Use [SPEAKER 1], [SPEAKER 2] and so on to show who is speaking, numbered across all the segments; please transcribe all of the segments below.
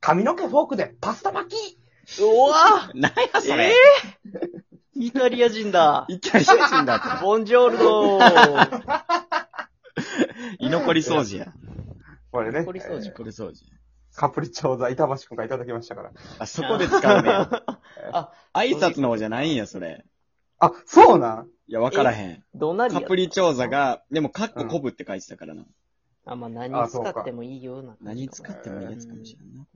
[SPEAKER 1] 髪の毛フォークでパスタ巻き
[SPEAKER 2] うわ
[SPEAKER 3] 何やそれ、
[SPEAKER 2] えー、イタリア人だ。
[SPEAKER 3] イタリア人だっ
[SPEAKER 2] ボンジョルノ
[SPEAKER 3] て。 居残り掃除や。
[SPEAKER 1] これね、
[SPEAKER 2] 残り
[SPEAKER 1] え
[SPEAKER 2] 掃除
[SPEAKER 3] 居残り掃除。
[SPEAKER 1] ーカプリチョーザ板橋くんからいただきましたから。
[SPEAKER 3] あ、そこで使うね。
[SPEAKER 2] あ、
[SPEAKER 3] 挨拶の方じゃないんや、それ。
[SPEAKER 1] あ、そうなん
[SPEAKER 3] いや、わからへん。
[SPEAKER 2] どんなに
[SPEAKER 3] カプリ調査が、でも、カッココブって書いてたからな。
[SPEAKER 2] あ、まあ、何
[SPEAKER 1] あ
[SPEAKER 2] 使
[SPEAKER 1] そうか
[SPEAKER 2] ってもいいような。
[SPEAKER 3] 何使ってもいいやつかもしれんな。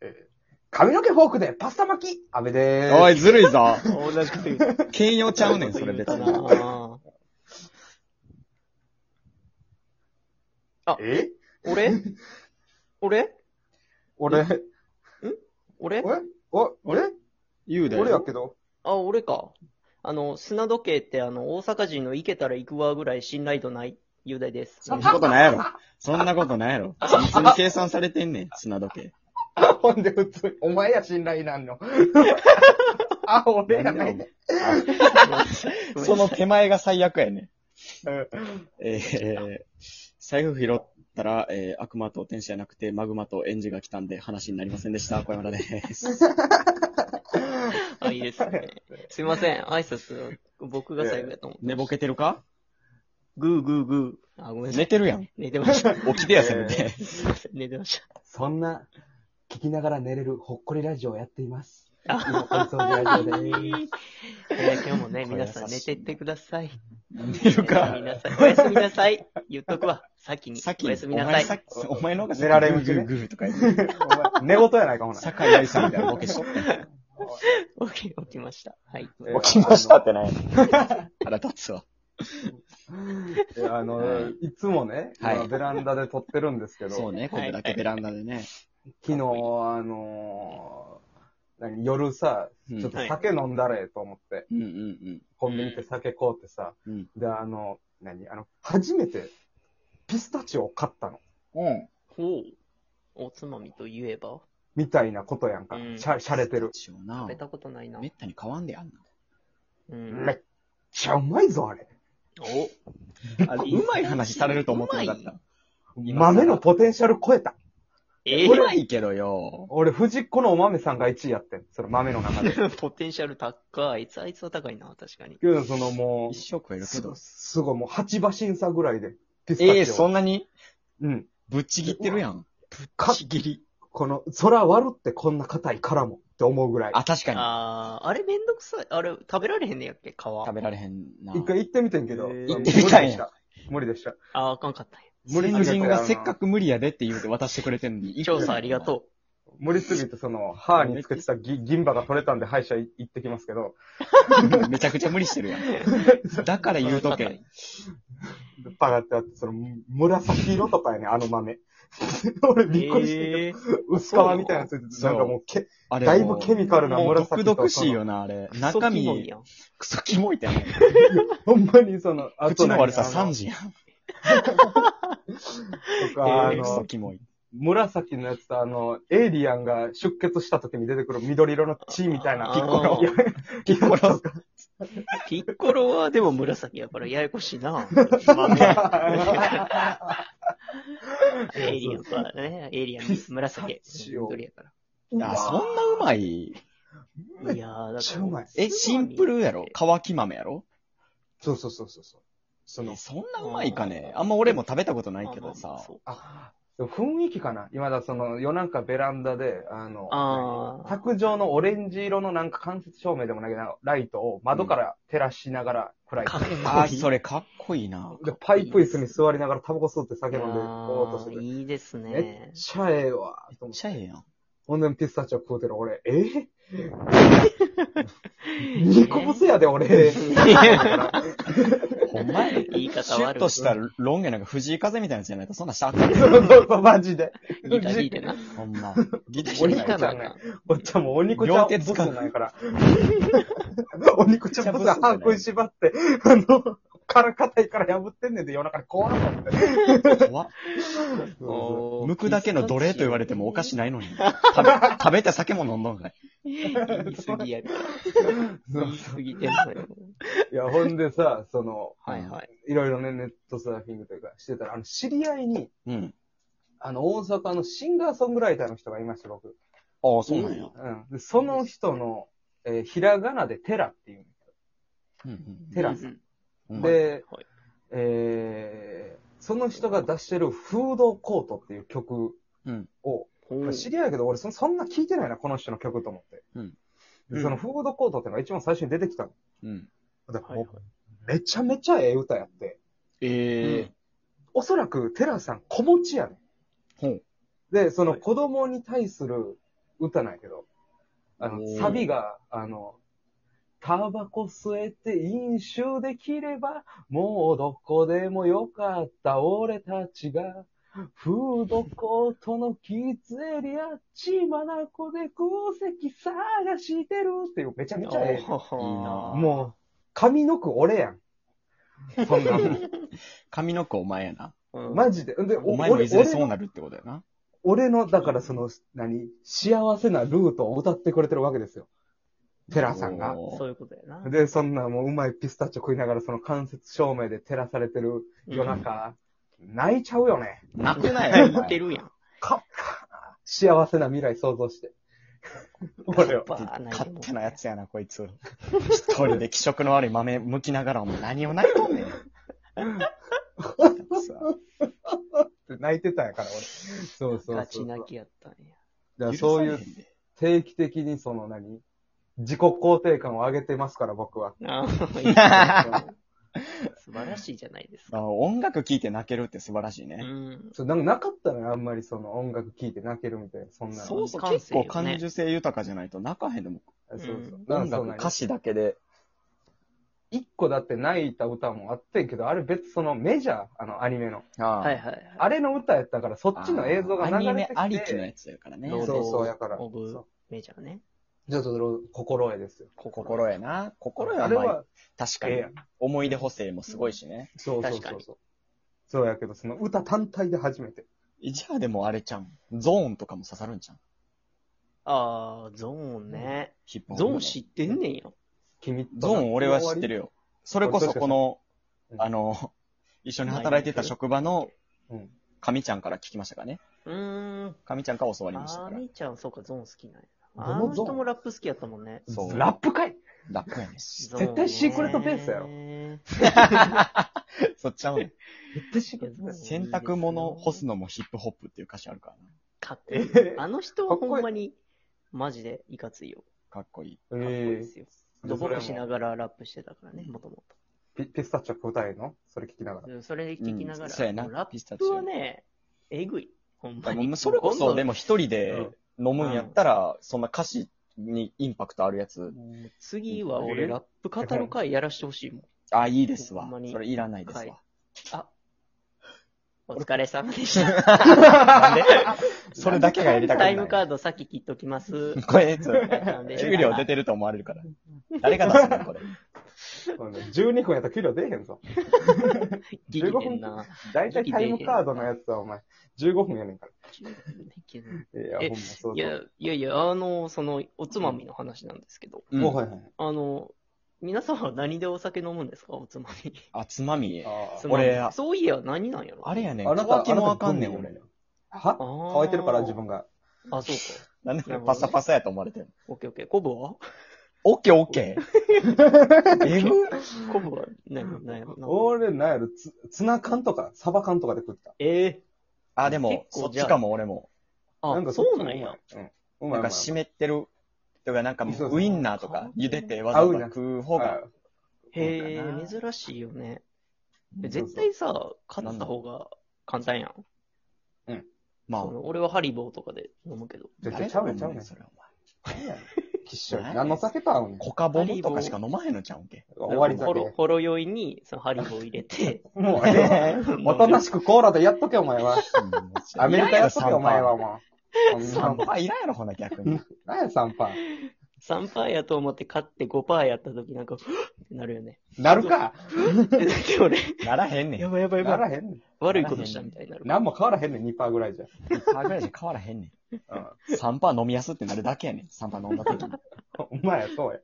[SPEAKER 1] えー髪の毛フォークでパスタ巻き安部でーす。
[SPEAKER 3] おい、ずるいぞ。
[SPEAKER 2] 同じこと言うた。
[SPEAKER 3] 兼用ちゃうねん、それ別に。
[SPEAKER 2] に。
[SPEAKER 1] え
[SPEAKER 2] 俺俺
[SPEAKER 1] 俺、
[SPEAKER 2] 俺
[SPEAKER 1] 俺お、俺
[SPEAKER 3] 言うだ
[SPEAKER 1] 俺や
[SPEAKER 3] よ。
[SPEAKER 1] けど。
[SPEAKER 2] あ、俺か。あの、砂時計ってあの、大阪人の行けたら行くわぐらい信頼度ない雄大です。
[SPEAKER 3] そんなことないやろ。そんなことないや ろ。普通に計算されてんねん、砂時計。
[SPEAKER 1] ほんで、普通に、お前や信頼 なんの。あ、俺やないね。
[SPEAKER 3] あその手前が最悪やね。
[SPEAKER 1] うん
[SPEAKER 3] えー、財布拾ったら、えー、悪魔と天使じゃなくて、マグマとエンジが来たんで話になりませんでした。小山田 です。
[SPEAKER 2] あ、いいですね。すいません。挨拶、僕が最後やと思う。
[SPEAKER 3] 寝ぼけてるか
[SPEAKER 2] グーグーグー。あ、ごめんなさ
[SPEAKER 3] 寝
[SPEAKER 2] い。
[SPEAKER 3] てるやん。
[SPEAKER 2] 寝てました。
[SPEAKER 3] 起きてや、せめて。
[SPEAKER 2] すいません。寝てまし
[SPEAKER 1] そんな、聞きながら寝れるほっこりラジオをやっています。
[SPEAKER 2] た。
[SPEAKER 1] 居残り掃除
[SPEAKER 2] あ
[SPEAKER 1] ラジオで ーす。
[SPEAKER 2] えー今日もね、
[SPEAKER 3] これ
[SPEAKER 2] 皆さん
[SPEAKER 3] 優
[SPEAKER 2] 寝
[SPEAKER 3] しい
[SPEAKER 2] てってください。
[SPEAKER 3] 寝る
[SPEAKER 2] おや
[SPEAKER 3] か
[SPEAKER 2] すみ。なさい。おやすみなさい。言っとくわ。先に。
[SPEAKER 3] さっき、
[SPEAKER 2] おやすみな
[SPEAKER 3] お
[SPEAKER 2] さ
[SPEAKER 3] 前
[SPEAKER 2] い。
[SPEAKER 3] さっき、お前の方が
[SPEAKER 1] 寝られんうち
[SPEAKER 3] グ
[SPEAKER 1] ね
[SPEAKER 3] ーグーグーとか言って。
[SPEAKER 1] お前寝言やないか、ほな。
[SPEAKER 3] 酒井愛さんみたいなボケしとったよ。
[SPEAKER 2] 起き、起きました。はい。
[SPEAKER 1] え起きましたって
[SPEAKER 3] ない。 腹立つわ。
[SPEAKER 1] いやあの、いつもね、
[SPEAKER 3] はい
[SPEAKER 1] 今ベランダで撮ってるんですけど、
[SPEAKER 3] そうね、今度だけベランダでね。
[SPEAKER 1] 昨日、あのー何夜さ、
[SPEAKER 3] う
[SPEAKER 1] ちょっ
[SPEAKER 3] ん
[SPEAKER 1] と酒飲んだれと思って、
[SPEAKER 3] うんうん
[SPEAKER 1] コンビニで酒買うってさ、
[SPEAKER 3] うん
[SPEAKER 1] で、あの、何あの、初めて、ピスタチオを買ったの。
[SPEAKER 3] うん。うん。
[SPEAKER 2] ほう。おつまみといえば
[SPEAKER 1] みたいなことやんか。
[SPEAKER 2] うん
[SPEAKER 1] しゃ、しゃれてる。
[SPEAKER 3] しような
[SPEAKER 2] 食べ。たことないな
[SPEAKER 3] め。ったに買わんであんな。
[SPEAKER 2] うん
[SPEAKER 1] めっちゃうまいぞ、あれ。
[SPEAKER 2] お
[SPEAKER 3] あうまい話されると思ってなかった。今更
[SPEAKER 1] 豆のポテンシャル超えた。
[SPEAKER 2] え
[SPEAKER 3] うまいけどよ。
[SPEAKER 1] 俺、藤子のお豆さんが1位やってん。その豆の 中で。
[SPEAKER 2] ー、 ポテンシャル高い。あいつ、あいつは高いな、確かに。
[SPEAKER 1] けど、そのも
[SPEAKER 3] 一
[SPEAKER 1] う
[SPEAKER 3] 生食えるけ
[SPEAKER 1] すご
[SPEAKER 3] ど
[SPEAKER 1] い、。すごい、もう8馬身差ぐらいで、ピスタチオ。
[SPEAKER 3] ええ、そんなに
[SPEAKER 1] うん。
[SPEAKER 3] ぶっちぎってるやん。
[SPEAKER 1] か、
[SPEAKER 3] ぎり。
[SPEAKER 1] この、空割るってこんな硬いからもって思うぐらい。
[SPEAKER 3] あ、確かに。
[SPEAKER 2] あー、あれめんどくさい。あれ、食べられへんねやっけ、皮。
[SPEAKER 3] 食べられへんな。
[SPEAKER 1] 一回行ってみてんけど。
[SPEAKER 2] へー
[SPEAKER 1] 行
[SPEAKER 2] 行
[SPEAKER 3] ってみたんや。
[SPEAKER 1] 無理でした。
[SPEAKER 2] あー、あかんかったんや。
[SPEAKER 1] 無理
[SPEAKER 3] 先
[SPEAKER 1] すぎ
[SPEAKER 3] 人
[SPEAKER 1] て
[SPEAKER 3] がせっかく無理やでって言うて渡してくれてんの に。
[SPEAKER 2] 調査ありがと
[SPEAKER 1] 無理すぎて、その、歯につけてたぎ銀歯が取れたんで歯医者行ってきますけど、
[SPEAKER 3] う。めちゃくちゃ無理してるやん。だから
[SPEAKER 2] う。
[SPEAKER 3] 言う と
[SPEAKER 2] 硬
[SPEAKER 3] け
[SPEAKER 2] い。。
[SPEAKER 1] パラってあって、その、む紫色とかやね、あの豆。 俺びっくりして、
[SPEAKER 2] えー
[SPEAKER 1] 薄皮みたいなやついてて、
[SPEAKER 3] そう
[SPEAKER 1] なんかもう、け、
[SPEAKER 3] あれ
[SPEAKER 1] だいぶケミカルな
[SPEAKER 3] もう
[SPEAKER 1] 紫と
[SPEAKER 3] 毒々しいよな、あれ。
[SPEAKER 2] クソ
[SPEAKER 3] 中
[SPEAKER 2] キモい
[SPEAKER 3] 身、
[SPEAKER 2] やん
[SPEAKER 3] クソキモいってやん。
[SPEAKER 1] ほんまにその、あ
[SPEAKER 3] 口の悪さ
[SPEAKER 1] あ
[SPEAKER 3] 3時やん。
[SPEAKER 1] とか、あ
[SPEAKER 2] えー
[SPEAKER 3] クソ
[SPEAKER 1] の、
[SPEAKER 3] キモい。
[SPEAKER 1] 紫のやつと、あの、エイリアンが出血した時に出てくる緑色の血みたいな。
[SPEAKER 2] ピッコロ
[SPEAKER 1] いや
[SPEAKER 3] ピッコロ。
[SPEAKER 2] ピッコロはでも紫やからややこしいな。 エイリアンからね。エイリアン、紫。
[SPEAKER 1] ピスタチオ
[SPEAKER 2] 緑やか
[SPEAKER 3] あ、そんなうまい。
[SPEAKER 2] ら。いやー、
[SPEAKER 1] め
[SPEAKER 2] だ
[SPEAKER 1] っち
[SPEAKER 2] か
[SPEAKER 1] ゃ
[SPEAKER 2] ら
[SPEAKER 1] うまい。
[SPEAKER 3] え、シンプルやろ乾き豆やろ
[SPEAKER 1] そうそうそうそうそう。その
[SPEAKER 3] え、そんなうまいかねあんま俺も食べたことないけど
[SPEAKER 2] まあまあまあ
[SPEAKER 3] さ。
[SPEAKER 2] そう
[SPEAKER 1] あ、でも雰囲気かな。今だその夜中ベランダで、あの、
[SPEAKER 2] あー
[SPEAKER 1] 卓上のオレンジ色のなんか間接照明でもないけど、ライトを窓から照らしながら暗い。
[SPEAKER 2] かっこいい
[SPEAKER 3] あ、それかっこいいな。
[SPEAKER 1] で、パイプ椅子に座りながらタバコ吸って酒飲んで、ぼーっとして
[SPEAKER 2] あー
[SPEAKER 1] て。
[SPEAKER 2] いいです
[SPEAKER 1] め
[SPEAKER 2] ね
[SPEAKER 1] っ。ちゃええわ。と
[SPEAKER 3] め
[SPEAKER 1] 思っ
[SPEAKER 3] っ
[SPEAKER 1] て
[SPEAKER 3] ちゃええやん。
[SPEAKER 1] ほんでピスタチオ食うてる俺、え ぇ二個もせやで俺。
[SPEAKER 3] ほんまやね。
[SPEAKER 2] 言い方悪い
[SPEAKER 3] シュッとしたロン毛なんか藤井風みたいなやつじゃないとそんなしたらあかん
[SPEAKER 1] そうそうそう、 マジで。
[SPEAKER 2] ギタリーでな。
[SPEAKER 3] ほんま。ギター
[SPEAKER 1] お
[SPEAKER 3] じゃ
[SPEAKER 1] 肉ち
[SPEAKER 3] な
[SPEAKER 1] ゃ
[SPEAKER 3] い
[SPEAKER 1] んが、おっちゃんもお肉ちゃんブ
[SPEAKER 3] 両手
[SPEAKER 1] ス
[SPEAKER 3] 使う
[SPEAKER 1] ないから。 お肉ちゃんブスは歯食いしばって、あの、から硬いから破ってんねんで夜中に怖いもんって。
[SPEAKER 3] 怖っ
[SPEAKER 1] そ
[SPEAKER 3] 剥くだけの奴隷と言われてもおかしないのに。食べ、食べて酒も飲んどんかい。
[SPEAKER 2] 言い過ぎやから。
[SPEAKER 1] うそう
[SPEAKER 2] 言い過ぎてるのよ。
[SPEAKER 1] いや、ほんでさ、その、
[SPEAKER 2] はいはい。
[SPEAKER 1] いろいろね、ネットサーフィングというかしてたら、あの、知り合いに、
[SPEAKER 3] うん。
[SPEAKER 1] あの、大阪のシンガーソングライターの人がいました、僕。
[SPEAKER 3] ああ、そうなんや。
[SPEAKER 1] うん。でその人の、えーひらがなでテラっていう。
[SPEAKER 3] うん
[SPEAKER 1] テラス。
[SPEAKER 2] うん
[SPEAKER 3] うん、
[SPEAKER 1] で、
[SPEAKER 2] はい
[SPEAKER 1] えーその人が出してるフードコートっていう曲
[SPEAKER 3] うん
[SPEAKER 1] を、
[SPEAKER 2] うん
[SPEAKER 1] 知り合いやけど俺そそんな聞いてないな、この人の曲と思って。
[SPEAKER 3] うん
[SPEAKER 1] でそのフードコートっていうのが一番最初に出てきたの。
[SPEAKER 3] うん。
[SPEAKER 1] だから
[SPEAKER 2] はい
[SPEAKER 1] も
[SPEAKER 2] はいう
[SPEAKER 1] めちゃめちゃええ歌やって。
[SPEAKER 3] ええ
[SPEAKER 1] おそらくテラさん子持ちやねん。
[SPEAKER 3] ほう。
[SPEAKER 1] で、その子供に対する歌なんやけど、あ
[SPEAKER 3] お
[SPEAKER 1] の、
[SPEAKER 3] ー
[SPEAKER 1] サビが、あの、タバコ吸えて飲酒できれば、もうどこでもよかった俺たちが、フードコートのキッズエリア、血まなこで宝石探してるっていう、めちゃめちゃええ。
[SPEAKER 3] あー
[SPEAKER 1] もう、髪の句俺やん。そんなも ん
[SPEAKER 3] 髪の毛お前やな。
[SPEAKER 2] うん
[SPEAKER 1] マジで。で、お
[SPEAKER 3] お前もいずれ
[SPEAKER 1] 俺
[SPEAKER 3] そうなるってことやな。
[SPEAKER 1] 俺の、だからその、何、幸せなルートを歌ってくれてるわけですよ。テラさんが。
[SPEAKER 3] おー
[SPEAKER 2] そういうことやな。
[SPEAKER 1] で、そんなもううまいピスタチオ食いながらその間接照明で照らされてる夜中、泣いちゃうよね。
[SPEAKER 3] 泣くな よ、お
[SPEAKER 2] 泣け
[SPEAKER 3] 前。
[SPEAKER 2] るやん。
[SPEAKER 1] かっかな幸せな未来想像して。俺は。
[SPEAKER 2] バー泣いて
[SPEAKER 3] 勝
[SPEAKER 2] も
[SPEAKER 3] 手な やつやな、こいつ。一人で気色の悪い豆剥きながら、お前何を泣いとんねん。
[SPEAKER 1] 泣いてたんやから、俺。そうそうそう。
[SPEAKER 2] ガチ泣きやったんや。
[SPEAKER 1] だからそういう
[SPEAKER 3] 許されへんで
[SPEAKER 1] 定期的にその何自己肯定感を上げてますから、僕は。
[SPEAKER 2] あーいいね素晴らしいじゃないですか。
[SPEAKER 3] あー音楽聴いて泣けるって素晴らしいね。
[SPEAKER 2] うん。
[SPEAKER 1] そうなんかなかったのよ、あんまりその音楽聴いて泣けるみたいな、そんなの。
[SPEAKER 3] そうそう、
[SPEAKER 2] 感
[SPEAKER 3] 結
[SPEAKER 2] 性よ
[SPEAKER 3] 構
[SPEAKER 2] ね
[SPEAKER 3] 感受性豊かじゃないと泣かへんでも、
[SPEAKER 1] そうそう。
[SPEAKER 2] う
[SPEAKER 1] だ
[SPEAKER 2] ん
[SPEAKER 1] から
[SPEAKER 3] 音
[SPEAKER 1] そ
[SPEAKER 3] 楽、
[SPEAKER 1] んなに
[SPEAKER 3] 歌詞だけで。
[SPEAKER 1] 一個だって泣いた歌もあってんけど、あれ別そのメジャー、あのアニメの。
[SPEAKER 3] あ
[SPEAKER 2] はいはいはい。
[SPEAKER 1] あれの歌やったから、そっちの映像が
[SPEAKER 3] ア
[SPEAKER 1] 流
[SPEAKER 3] ニ
[SPEAKER 1] れ
[SPEAKER 3] メ
[SPEAKER 1] てきて。
[SPEAKER 3] ありきのやつやからね。
[SPEAKER 1] そうそう、やから。
[SPEAKER 2] オブ
[SPEAKER 1] そう
[SPEAKER 2] メジャーね。
[SPEAKER 1] じゃあ、その、心得ですよ。
[SPEAKER 3] 心得な。心得
[SPEAKER 1] あ
[SPEAKER 3] は
[SPEAKER 1] れ
[SPEAKER 3] まあ、
[SPEAKER 1] は、
[SPEAKER 3] 確か
[SPEAKER 1] ええ
[SPEAKER 3] に
[SPEAKER 1] やん。。
[SPEAKER 3] 思い出補正もすごいしね。
[SPEAKER 1] そうそう
[SPEAKER 2] 確か
[SPEAKER 1] そう
[SPEAKER 2] に
[SPEAKER 1] そう。そうやけど、その歌単体で初めて。
[SPEAKER 3] じゃあでもあれちゃん。ゾーンとかも刺さるんちゃん。
[SPEAKER 2] あー、ゾーンね。
[SPEAKER 3] ヒップホップ
[SPEAKER 2] ゾ
[SPEAKER 3] の
[SPEAKER 2] ーン知ってんねんよ。
[SPEAKER 1] 君
[SPEAKER 3] ゾーン俺は知ってる
[SPEAKER 1] よ。
[SPEAKER 3] よ。それこそこの
[SPEAKER 1] う、ん
[SPEAKER 3] あの、一緒に働いてた職場の
[SPEAKER 1] うん。
[SPEAKER 3] 神ちゃんから聞きましたかね。
[SPEAKER 2] うーん。
[SPEAKER 3] 神ちゃんから教わりました
[SPEAKER 2] あ
[SPEAKER 3] から。
[SPEAKER 2] みちゃん、そうか、ゾーン好きなんや。
[SPEAKER 1] ど
[SPEAKER 2] あ
[SPEAKER 1] の
[SPEAKER 2] の
[SPEAKER 1] ゾーン
[SPEAKER 2] 人もラップ好きやったもんね。
[SPEAKER 3] そう
[SPEAKER 1] ラップかい
[SPEAKER 3] 楽 やね。
[SPEAKER 1] 絶対シークレットベースやろ
[SPEAKER 2] ろ。
[SPEAKER 3] そっちゃうね。
[SPEAKER 1] 絶対知らん。
[SPEAKER 3] 洗濯物干すのもヒップホップっていう歌詞あるからな。
[SPEAKER 2] かっこいい。
[SPEAKER 1] え
[SPEAKER 2] あの人はほんまに、マジでいかついよ。
[SPEAKER 3] かっこいい。
[SPEAKER 1] え
[SPEAKER 2] かっこいいで
[SPEAKER 1] ー
[SPEAKER 2] すよ。
[SPEAKER 1] え
[SPEAKER 2] ドボッしながらラップしてたからね、もとも
[SPEAKER 1] ピピスタチオ答えのそれ聞きながら。
[SPEAKER 2] と。それで聞きなが
[SPEAKER 3] う
[SPEAKER 2] ら、
[SPEAKER 3] んそうやな
[SPEAKER 2] ラ
[SPEAKER 3] ピス
[SPEAKER 2] ッ
[SPEAKER 3] タチ
[SPEAKER 2] プ
[SPEAKER 3] オ
[SPEAKER 2] はね、えぐい。ほんま
[SPEAKER 3] も
[SPEAKER 2] に。
[SPEAKER 3] うそれこそ、で
[SPEAKER 2] も
[SPEAKER 3] も一人で飲むんやったら、そんな歌詞にインパクトあるやつ
[SPEAKER 2] う、今度、次は俺ラップ語る会やらしてほしいもん。
[SPEAKER 3] あ、いいですわ
[SPEAKER 2] ほんま。に
[SPEAKER 3] それいらないです
[SPEAKER 2] はい
[SPEAKER 3] わ。
[SPEAKER 2] あ、お疲れ様でした。
[SPEAKER 3] なんでそれだけがやりたくな
[SPEAKER 2] タ
[SPEAKER 3] い。
[SPEAKER 2] イムカード先切っとき ます。
[SPEAKER 3] これ、ちょっ
[SPEAKER 2] なん
[SPEAKER 3] と
[SPEAKER 2] で
[SPEAKER 3] 給 料出てると思われるから。誰が出すのこれ。
[SPEAKER 1] そうね12分やったら給料出えへんぞ。
[SPEAKER 2] ギリでんな。
[SPEAKER 1] だいたいタイムカードのやつはお前、15分やねんから。いや、ほ
[SPEAKER 2] え
[SPEAKER 1] んまそうそう。
[SPEAKER 2] いや、いやいや、あの、その、おつまみの話なんですけど、
[SPEAKER 3] うん
[SPEAKER 1] もうはいはい。
[SPEAKER 2] あの、皆さんは何でお酒飲むんですかおつまみ。
[SPEAKER 3] あ、つまみ。
[SPEAKER 1] あ
[SPEAKER 2] つ
[SPEAKER 1] ー
[SPEAKER 2] まみ
[SPEAKER 3] 俺
[SPEAKER 2] そういや、何なんやろ
[SPEAKER 3] あれやねん。
[SPEAKER 1] あなた、
[SPEAKER 3] 乾きもあかんねん、
[SPEAKER 1] あなた
[SPEAKER 3] 俺。。
[SPEAKER 1] は
[SPEAKER 2] あー
[SPEAKER 1] 乾いてるから自分が。
[SPEAKER 2] あ、 そうか。
[SPEAKER 3] なんで俺パサパサやと思われてるの
[SPEAKER 2] オッケーオッケー。コブは
[SPEAKER 3] オッケーオッケー。えぐ
[SPEAKER 2] コブは何何やろな
[SPEAKER 1] 俺、なんやろ、ツツナ缶とか、サバ缶とかで食った。
[SPEAKER 2] ええ
[SPEAKER 3] あ、でも、
[SPEAKER 2] 結
[SPEAKER 3] そ
[SPEAKER 2] 構
[SPEAKER 3] っ
[SPEAKER 2] じゃ
[SPEAKER 3] ち
[SPEAKER 2] あ
[SPEAKER 3] かも俺も。
[SPEAKER 2] あ、
[SPEAKER 1] か
[SPEAKER 2] そうなんや。。
[SPEAKER 1] うん。うま。
[SPEAKER 3] ないんか湿ってる。とか、なんか
[SPEAKER 1] そうそう
[SPEAKER 3] ウインナーとか、茹でてわざわざ食う方
[SPEAKER 1] が
[SPEAKER 3] が。。
[SPEAKER 2] へ
[SPEAKER 3] そうか
[SPEAKER 2] え
[SPEAKER 3] な、
[SPEAKER 2] 珍しいよね。
[SPEAKER 3] うん
[SPEAKER 2] 絶対さ、買った方が簡単やん。
[SPEAKER 3] まあ
[SPEAKER 2] そ、の俺はハリボーとかで飲むけど。
[SPEAKER 1] じゃ
[SPEAKER 3] 誰
[SPEAKER 1] ちゃうね
[SPEAKER 3] だ
[SPEAKER 1] んちゃう
[SPEAKER 3] と
[SPEAKER 1] ね
[SPEAKER 3] 思
[SPEAKER 1] ん。
[SPEAKER 3] それお前。
[SPEAKER 1] きっしょい。
[SPEAKER 3] 何
[SPEAKER 1] 何の酒と合うねん。
[SPEAKER 3] コカボムとかしか飲まへんのちゃうんけ。
[SPEAKER 1] 終わり
[SPEAKER 2] ほろ
[SPEAKER 1] 酒。
[SPEAKER 2] ほろ酔いに、そのハリボー入れて。
[SPEAKER 1] もうえ えわ。おとな
[SPEAKER 2] し
[SPEAKER 1] しくコーラでやっとけ、お前は。アメリカやっとけ、お前は
[SPEAKER 3] も
[SPEAKER 1] もう。
[SPEAKER 3] う。
[SPEAKER 1] そん
[SPEAKER 3] 3
[SPEAKER 1] な
[SPEAKER 3] パ
[SPEAKER 1] もん
[SPEAKER 3] ーいらんやろ、ほな、逆に。
[SPEAKER 1] 何や、3パー。
[SPEAKER 2] 3パーやと思って買って5パーやった時なんか、ふっってなるよね。
[SPEAKER 1] なるか
[SPEAKER 2] で俺、
[SPEAKER 3] ならへんねん。
[SPEAKER 2] やばいやばいや
[SPEAKER 1] な
[SPEAKER 2] ばい。
[SPEAKER 1] らへんねん。
[SPEAKER 2] 悪いことしたみたいになる。
[SPEAKER 1] 何も変わらへんねん、2パーぐらいじゃ。
[SPEAKER 3] パーぐらいじゃ変わらへんね
[SPEAKER 1] うん。
[SPEAKER 3] ん。3パー飲みやすってなるだけやねん。3パー飲んだ時に。
[SPEAKER 1] お前や、そうや。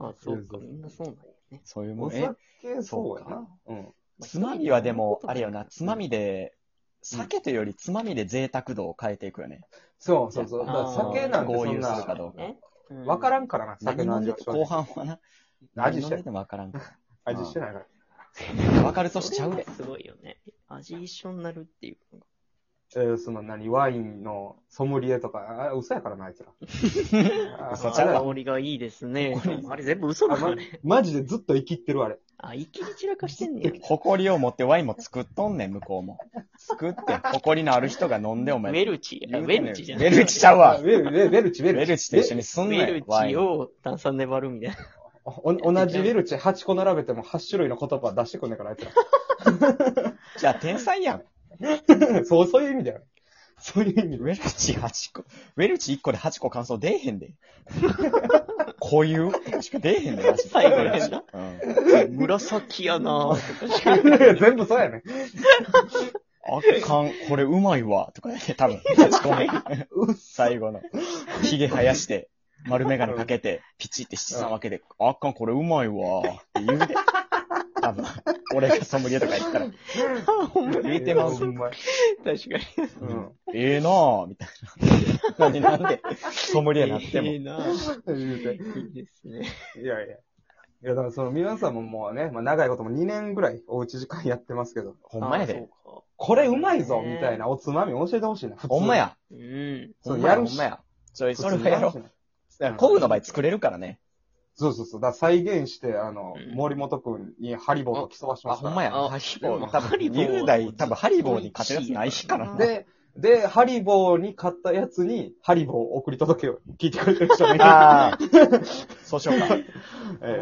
[SPEAKER 2] あ、そう
[SPEAKER 1] そ
[SPEAKER 2] か、
[SPEAKER 1] うそう
[SPEAKER 2] みんなそうなんやね。
[SPEAKER 3] そういうも
[SPEAKER 1] お
[SPEAKER 3] ん。え、
[SPEAKER 1] 酒、そうや
[SPEAKER 3] そう
[SPEAKER 1] な。うん。
[SPEAKER 3] つまみはでも、あれよな、つまみで、酒というよりつまみで贅沢度を変えていくよね。
[SPEAKER 1] そうそうそう。だから酒なんて
[SPEAKER 3] 合
[SPEAKER 1] そん
[SPEAKER 3] 流するか
[SPEAKER 1] な、
[SPEAKER 3] どうか。
[SPEAKER 2] ね。うん
[SPEAKER 1] わからんからな、酒の
[SPEAKER 3] 何飲ん
[SPEAKER 1] 味は
[SPEAKER 3] でて
[SPEAKER 1] 正直。
[SPEAKER 3] 後半はな、
[SPEAKER 1] 味し
[SPEAKER 3] 何
[SPEAKER 1] てな
[SPEAKER 3] 飲んで
[SPEAKER 1] い。
[SPEAKER 3] てもわからんか
[SPEAKER 1] 味してないから。
[SPEAKER 3] ら。わかる年ちゃうで。
[SPEAKER 2] すごいよね。味一緒になるっていうのが。
[SPEAKER 1] えーその何、ワインのソムリエとか、あ嘘やからな、あいつら。あ
[SPEAKER 3] 嘘ちゃうわ
[SPEAKER 2] 香りがいいですね。あれ全部嘘
[SPEAKER 1] あ
[SPEAKER 2] だ
[SPEAKER 1] ま
[SPEAKER 2] あれ。
[SPEAKER 1] マジでずっと生きってる、あれ。
[SPEAKER 2] あ、一気に散らかしてんねや。
[SPEAKER 3] 誇りを持ってワインも作っとんねん、向こうも。作って、誇りのある人が飲んで、お
[SPEAKER 2] ウ
[SPEAKER 3] 前。
[SPEAKER 2] ェルチ。あウ
[SPEAKER 3] 言うて
[SPEAKER 2] ェ
[SPEAKER 3] んねん
[SPEAKER 2] ルチじゃ
[SPEAKER 3] ウ
[SPEAKER 2] ない。
[SPEAKER 3] ェルチちゃうわ
[SPEAKER 1] ウ。ェルウェルウェルチ、ウェ
[SPEAKER 3] ウ
[SPEAKER 1] ルチ。
[SPEAKER 3] ェルチと一緒にす
[SPEAKER 2] ウ
[SPEAKER 3] んな
[SPEAKER 2] ェル
[SPEAKER 3] よ、ワイ
[SPEAKER 2] チ
[SPEAKER 3] ン。
[SPEAKER 2] を炭酸で割るみたいな。
[SPEAKER 1] おお同じウェルチ8個並べても8種類の言葉出してくんねんから、あいつ
[SPEAKER 3] じゃあ、天才やん。
[SPEAKER 1] ら。 そう、そういう意味だよ。そういう意味
[SPEAKER 3] ウェルチ8個。ウェルチ1個で8個感想出えへ んで。固有とかしか出えへんで、マジで
[SPEAKER 2] 最後やんな
[SPEAKER 3] うん。
[SPEAKER 2] 紫や なぁ。
[SPEAKER 1] で。全部そうやね。
[SPEAKER 3] あかん、これうまいわ、とかね、多分、8個目。
[SPEAKER 1] うっ
[SPEAKER 3] 最後の。ヒゲ生やして、丸眼鏡かけて、ピチって七三分けで、あかん、これうまいわ、って言うで。多分、俺がソムリエとか言ったら、
[SPEAKER 2] ほんま
[SPEAKER 3] 言うてます
[SPEAKER 1] ほんまに
[SPEAKER 2] 確かに。
[SPEAKER 1] うん。
[SPEAKER 3] ええなぁ、みたいな。なんで、なんで、ソムリエになって
[SPEAKER 2] え
[SPEAKER 3] も
[SPEAKER 2] え。なぁ。
[SPEAKER 1] 言うて。
[SPEAKER 2] いいですね。
[SPEAKER 1] いやいや。いや、だからその皆さんももうね、まあ、長いことも2年ぐらいおうち時間やってますけど、
[SPEAKER 3] ほんまや
[SPEAKER 2] あ
[SPEAKER 3] で。。
[SPEAKER 2] そうか
[SPEAKER 1] これうまいぞみたいなおつまみ教えてほしいな、普通
[SPEAKER 3] ほんま。や。
[SPEAKER 2] うん。
[SPEAKER 1] そ
[SPEAKER 3] ほ
[SPEAKER 1] うん
[SPEAKER 3] まや、
[SPEAKER 1] やる
[SPEAKER 3] ほ
[SPEAKER 1] し
[SPEAKER 3] んまや。それ、
[SPEAKER 1] 普
[SPEAKER 3] そ
[SPEAKER 1] 通
[SPEAKER 3] れ
[SPEAKER 1] に
[SPEAKER 3] はやろう。だから工具の場合作れるからね。
[SPEAKER 1] そうそうそう。だから再現して、あの、
[SPEAKER 2] うん
[SPEAKER 1] 森本くんにハリボーと競わし
[SPEAKER 3] あ、
[SPEAKER 1] ました
[SPEAKER 3] ほんまや。
[SPEAKER 2] あ
[SPEAKER 3] ハリボ
[SPEAKER 2] でも
[SPEAKER 3] ー、多
[SPEAKER 2] ハ
[SPEAKER 3] 分、
[SPEAKER 2] リボー
[SPEAKER 3] 雄大、多分ハリボーに勝てるやつないしからな。
[SPEAKER 1] で、で、ハリボーに買ったやつに、ハリボーを送り届けを聞いてくれてる人がいる。
[SPEAKER 3] ああ、 そうしようか。
[SPEAKER 1] え
[SPEAKER 2] ハ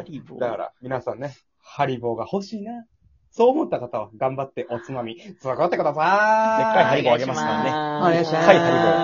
[SPEAKER 2] リボ
[SPEAKER 1] え
[SPEAKER 2] ー
[SPEAKER 1] だから、皆さんね、ハリボーが欲しいな。そう思った方は、頑張っておつまみ、作ってください。
[SPEAKER 3] でっかいハリボーあげますからね
[SPEAKER 2] お願い
[SPEAKER 1] お願いし
[SPEAKER 2] しま
[SPEAKER 1] ます
[SPEAKER 2] す
[SPEAKER 1] はいハリボー